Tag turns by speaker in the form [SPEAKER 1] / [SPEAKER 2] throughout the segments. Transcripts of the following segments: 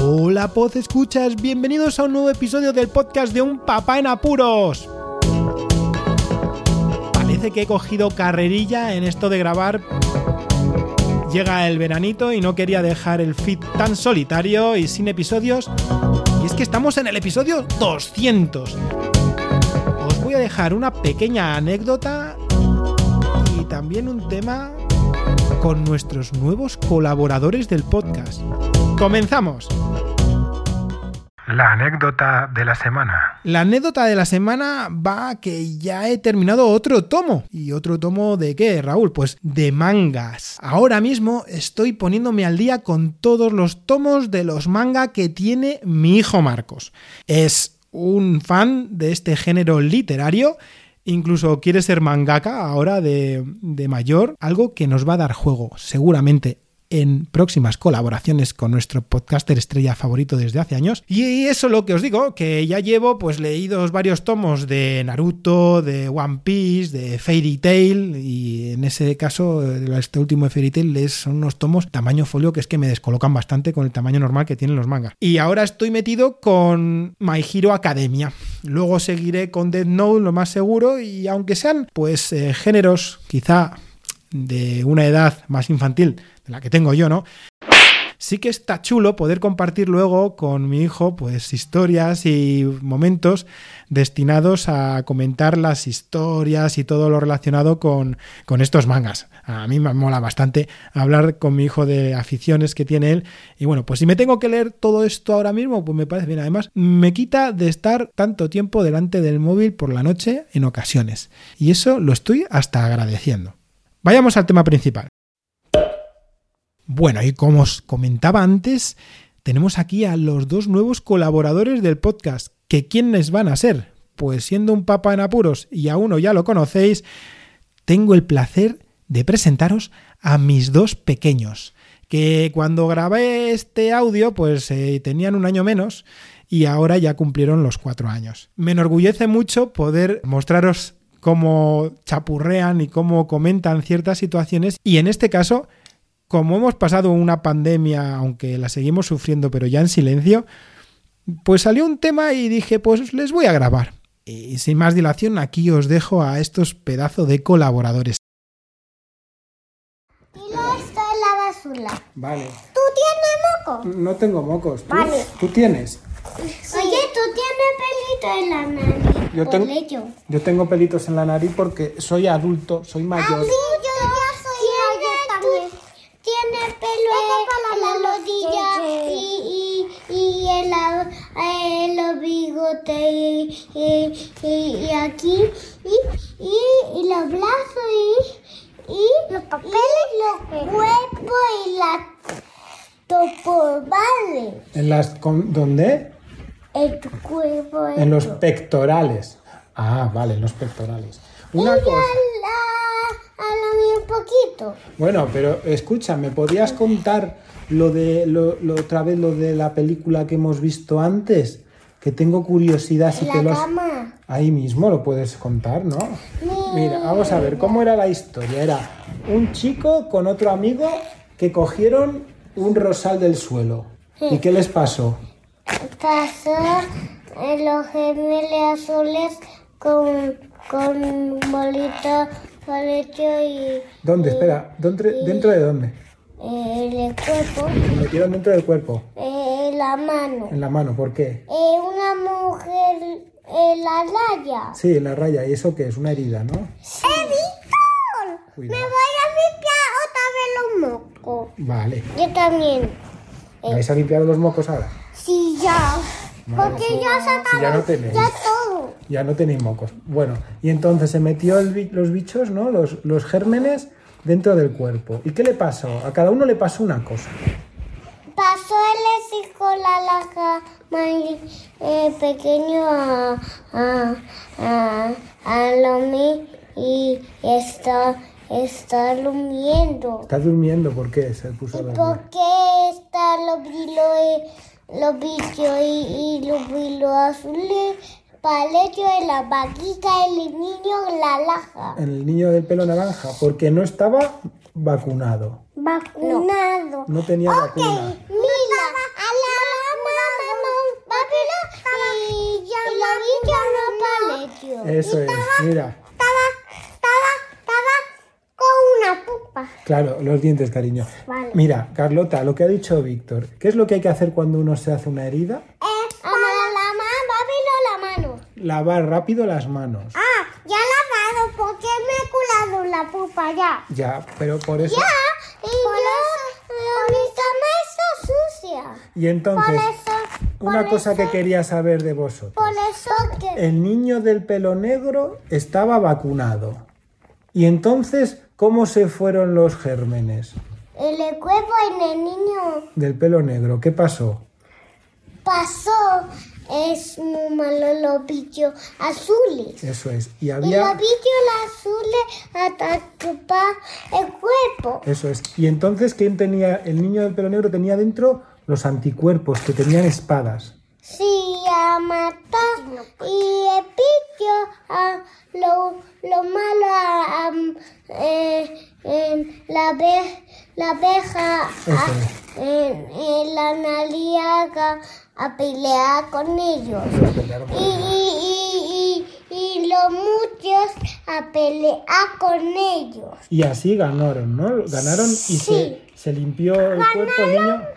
[SPEAKER 1] Hola, Poz Escuchas, bienvenidos a un nuevo episodio del podcast de Un Papá en Apuros. Parece que he cogido carrerilla en esto de grabar. Llega el veranito y no quería dejar el feed tan solitario y sin episodios. Y es que estamos en el episodio 200. Os voy a dejar una pequeña anécdota y también un tema con nuestros nuevos colaboradores del podcast. ¡Comenzamos!
[SPEAKER 2] La anécdota de la semana.
[SPEAKER 1] La anécdota de la semana va a que ya he terminado otro tomo. ¿Y otro tomo de qué, Raúl? Pues de mangas. Ahora mismo estoy poniéndome al día con todos los tomos de los manga que tiene mi hijo Marcos. Es un fan de este género literario incluso quiere ser mangaka ahora de, de, mayor, algo que nos va a dar juego seguramente en próximas colaboraciones con nuestro podcaster estrella favorito desde hace años. Y eso lo que os digo, que ya llevo pues leídos varios tomos de Naruto, de One Piece, de Fairy Tail, y en ese caso, este último de Fairy Tail es, son unos tomos tamaño folio que es que me descolocan bastante con el tamaño normal que tienen los mangas. Y ahora estoy metido con My Hero Academia. Luego seguiré con Dead Note, lo más seguro, y aunque sean pues eh, géneros quizá de una edad más infantil de la que tengo yo, ¿no? Sí que está chulo poder compartir luego con mi hijo pues historias y momentos destinados a comentar las historias y todo lo relacionado con, con estos mangas. A mí me mola bastante hablar con mi hijo de aficiones que tiene él. Y bueno, pues si me tengo que leer todo esto ahora mismo, pues me parece bien. Además, me quita de estar tanto tiempo delante del móvil por la noche en ocasiones. Y eso lo estoy hasta agradeciendo. Vayamos al tema principal. Bueno, y como os comentaba antes, tenemos aquí a los dos nuevos colaboradores del podcast. ¿Que quiénes van a ser? Pues siendo un papa en apuros y a uno ya lo conocéis, tengo el placer de presentaros a mis dos pequeños, que cuando grabé este audio pues eh, tenían un año menos y ahora ya cumplieron los cuatro años. Me enorgullece mucho poder mostraros cómo chapurrean y cómo comentan ciertas situaciones y en este caso como hemos pasado una pandemia, aunque la seguimos sufriendo, pero ya en silencio, pues salió un tema y dije, pues les voy a grabar. Y sin más dilación, aquí os dejo a estos pedazos de colaboradores.
[SPEAKER 3] Tiro esto en la basura.
[SPEAKER 1] Vale.
[SPEAKER 3] ¿Tú tienes moco?
[SPEAKER 1] No tengo mocos. ¿Tú,
[SPEAKER 3] Vale.
[SPEAKER 1] ¿tú tienes?
[SPEAKER 3] Oye, tú tienes pelito en la nariz.
[SPEAKER 1] Yo tengo-
[SPEAKER 3] Ole, yo.
[SPEAKER 1] Yo tengo pelitos en la nariz porque soy adulto, soy mayor.
[SPEAKER 3] Ah, Sí, yo ya soy mayor también. Tiene pelo en la rodilla y, y, y en, la, en los bigotes y, y, y- y aquí y, y, y los brazos y, y los papeles, los cuerpos y la topobales.
[SPEAKER 1] ¿En las con- dónde?
[SPEAKER 3] El cuerpo
[SPEAKER 1] En los pectorales. Ah, vale, en los pectorales. Una
[SPEAKER 3] Y a
[SPEAKER 1] cosa.
[SPEAKER 3] la, a la mía un poquito.
[SPEAKER 1] Bueno, pero escucha, ¿me podías contar lo de lo, lo- otra vez lo de la película que hemos visto antes? Que tengo curiosidad si
[SPEAKER 3] En
[SPEAKER 1] te
[SPEAKER 3] la
[SPEAKER 1] lo has-
[SPEAKER 3] cama.
[SPEAKER 1] Ahí mismo lo puedes contar, ¿no? Mira, vamos a ver, ¿cómo era la historia? Era un chico con otro amigo que cogieron un rosal del suelo. ¿Y qué les pasó?
[SPEAKER 3] Pasó en eh, los gemelos azules con, con bolito derecho y
[SPEAKER 1] ¿Dónde? Espera, ¿dónde- ¿dentro de dónde?
[SPEAKER 3] eh, el cuerpo,
[SPEAKER 1] Lo metieron dentro del cuerpo,
[SPEAKER 3] eh, la mano.
[SPEAKER 1] en la mano, ¿por qué?
[SPEAKER 3] Eh, una mujer en la raya. ¡Eh,
[SPEAKER 1] Sí, en la raya, y eso que es una herida, ¿no?
[SPEAKER 3] ¡Editor!
[SPEAKER 1] Cuidado.
[SPEAKER 3] voy a limpiar otra vez los mocos.
[SPEAKER 1] Vale.
[SPEAKER 3] Yo también.
[SPEAKER 1] ¿Vais a limpiar los mocos ahora?
[SPEAKER 3] Sí, ya. Porque ya se
[SPEAKER 1] Si ya no tenéis.
[SPEAKER 3] ya todo.
[SPEAKER 1] Ya no tenéis mocos. Bueno, y entonces se metió el bi- los bichos, ¿no? Los, los gérmenes dentro del cuerpo. ¿Y qué le pasó? A cada uno le pasó una cosa.
[SPEAKER 3] Pasó el escolar la cama y, eh, pequeño a, a, a, a Lomi y está, está durmiendo.
[SPEAKER 1] Está durmiendo, ¿por qué se puso a dormir?
[SPEAKER 3] Porque está los bichos y los bichos y, y los bichos azules, paleto y la vaquita, el niño la laja.
[SPEAKER 1] El niño del pelo naranja, porque no estaba vacunado.
[SPEAKER 3] Vacunado.
[SPEAKER 1] No tenía vacuna.
[SPEAKER 3] Mira, a la mamá años.
[SPEAKER 1] Eso
[SPEAKER 3] y
[SPEAKER 1] es,
[SPEAKER 3] estaba,
[SPEAKER 1] mira.
[SPEAKER 3] Estaba, estaba, estaba con una pupa.
[SPEAKER 1] Claro, los dientes, cariño.
[SPEAKER 3] Vale.
[SPEAKER 1] Mira, Carlota, lo que ha dicho Víctor, ¿qué es lo que hay que hacer cuando uno se hace una herida?
[SPEAKER 3] Es para Eh, la mano, papilo, la mano.
[SPEAKER 1] Lavar rápido las manos.
[SPEAKER 3] Ah, ya lavado porque me he curado la pupa ya.
[SPEAKER 1] Ya, pero por eso.
[SPEAKER 3] Ya, y yo, eh, mi cama está sucia.
[SPEAKER 1] Y
[SPEAKER 3] Por
[SPEAKER 1] entonces,
[SPEAKER 3] eso,
[SPEAKER 1] una
[SPEAKER 3] por
[SPEAKER 1] cosa que Eh.
[SPEAKER 3] eso-
[SPEAKER 1] quería saber de vosotros.
[SPEAKER 3] Por eso que...
[SPEAKER 1] El niño del pelo negro estaba vacunado. Y entonces, ¿cómo se fueron los gérmenes
[SPEAKER 3] El cuerpo en el niño
[SPEAKER 1] del pelo negro? ¿Qué pasó?
[SPEAKER 3] pasó, es muy malo los bichos azules.
[SPEAKER 1] Eso es. Y
[SPEAKER 3] Y los
[SPEAKER 1] había.
[SPEAKER 3] bichos azules atacan el cuerpo.
[SPEAKER 1] Eso es. Y entonces, ¿quién tenía? El niño del pelo negro tenía dentro los anticuerpos que tenían espadas.
[SPEAKER 3] Sí, a matar y el bicho a lo, lo malo a, a- eh, en la, abe- la abeja a, en, en la nariaga a pelear con ellos.
[SPEAKER 1] Los pelearon.
[SPEAKER 3] Y, y, y, y, y los muchos a pelear con ellos.
[SPEAKER 1] Y así ganaron, ¿no? Ganaron y
[SPEAKER 3] Sí.
[SPEAKER 1] se, se limpió el cuerpo el niño de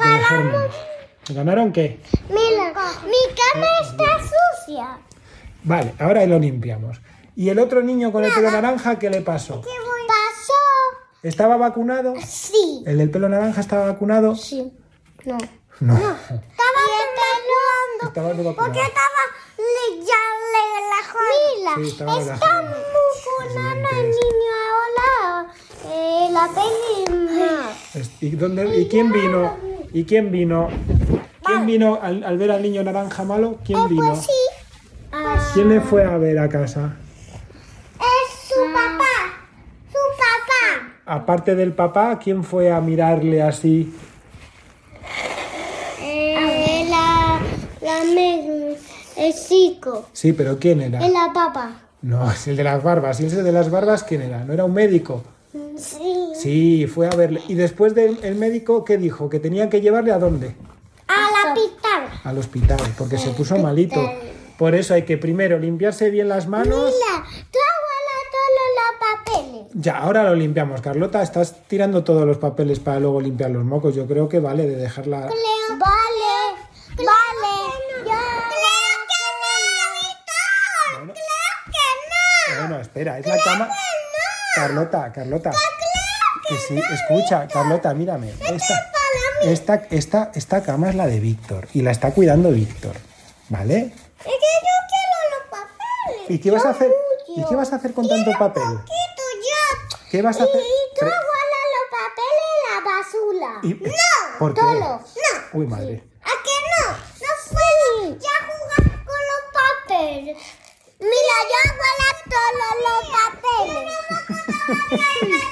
[SPEAKER 1] los gérmenes. ¿Ganaron qué?
[SPEAKER 3] Mira, mi cama está sucia.
[SPEAKER 1] Vale, ahora lo limpiamos. ¿Y el otro niño con el pelo naranja qué le pasó?
[SPEAKER 3] Pasó,
[SPEAKER 1] ¿Estaba vacunado?
[SPEAKER 3] sí.
[SPEAKER 1] ¿El del pelo naranja estaba vacunado?
[SPEAKER 3] Sí, no.
[SPEAKER 1] No.
[SPEAKER 3] Estaba temblando.
[SPEAKER 1] Estaba no vacunado.
[SPEAKER 3] estaba le, ya le relajando.
[SPEAKER 1] Sí,
[SPEAKER 3] Mira,
[SPEAKER 1] estaba
[SPEAKER 3] está
[SPEAKER 1] relajado.
[SPEAKER 3] musculando
[SPEAKER 1] Sí,
[SPEAKER 3] el
[SPEAKER 1] sí.
[SPEAKER 3] niño ahora. Eh, la peli.
[SPEAKER 1] Es- ¿Y, dónde, ¿Y quién vino? ¿Y quién vino? ¿Quién vino al, al ver al niño naranja malo? ¿Quién vino?
[SPEAKER 3] Pues sí. Ah,
[SPEAKER 1] ¿Quién le fue a ver a casa?
[SPEAKER 3] Pues es su papá. Su papá.
[SPEAKER 1] Aparte del papá, ¿quién fue a mirarle así?
[SPEAKER 3] Eh, la, la Meg, el chico.
[SPEAKER 1] Sí, pero ¿quién era?
[SPEAKER 3] Es la papá.
[SPEAKER 1] No, es el de las barbas. ¿Y ese de las barbas quién era? ¿No era un médico?
[SPEAKER 3] Sí.
[SPEAKER 1] Sí, fue a verle. ¿Y después del el médico qué dijo? ¿Que tenían que llevarle a dónde?
[SPEAKER 3] A la pistola.
[SPEAKER 1] Al hospital, porque se puso malito. Por eso hay que primero limpiarse bien las manos.
[SPEAKER 3] Mira, tú abuela todos los papeles.
[SPEAKER 1] Ya, ahora lo limpiamos. Carlota, estás tirando todos los papeles para luego limpiar los mocos. Yo creo que vale de dejarla...
[SPEAKER 3] Vale, vale. Creo que no, Víctor.
[SPEAKER 1] Bueno.
[SPEAKER 3] Creo que no.
[SPEAKER 1] Bueno, espera, es la cama... Carlota, Carlota. Que sí, escucha, Carlota, mírame. Esta, esta, esta, esta cama es la de Víctor y la está cuidando Víctor, ¿vale?
[SPEAKER 3] Es que yo quiero los papeles.
[SPEAKER 1] ¿Y qué vas a hacer? ¿Y
[SPEAKER 3] mucho.
[SPEAKER 1] qué vas a hacer con tanto papel?
[SPEAKER 3] Poquito yo.
[SPEAKER 1] ¿Qué vas a hacer?
[SPEAKER 3] Y tú
[SPEAKER 1] Pero-
[SPEAKER 3] abuela los papeles en la basura.
[SPEAKER 1] Y-
[SPEAKER 3] No.
[SPEAKER 1] ¿Por qué?
[SPEAKER 3] Todos. No.
[SPEAKER 1] Uy, madre.
[SPEAKER 3] ¿A que no? No puedo ya jugar con los papeles. Mira, yo abuela todos los papeles.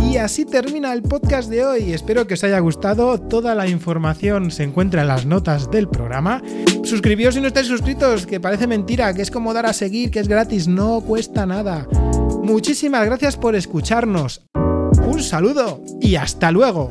[SPEAKER 1] Y así termina el podcast de hoy. Espero que os haya gustado. Toda la información se encuentra en las notas del programa. Suscribíos si no estáis suscritos, que parece mentira, que es como dar a seguir, que es gratis, no cuesta nada. Muchísimas gracias por escucharnos. Un saludo y hasta luego.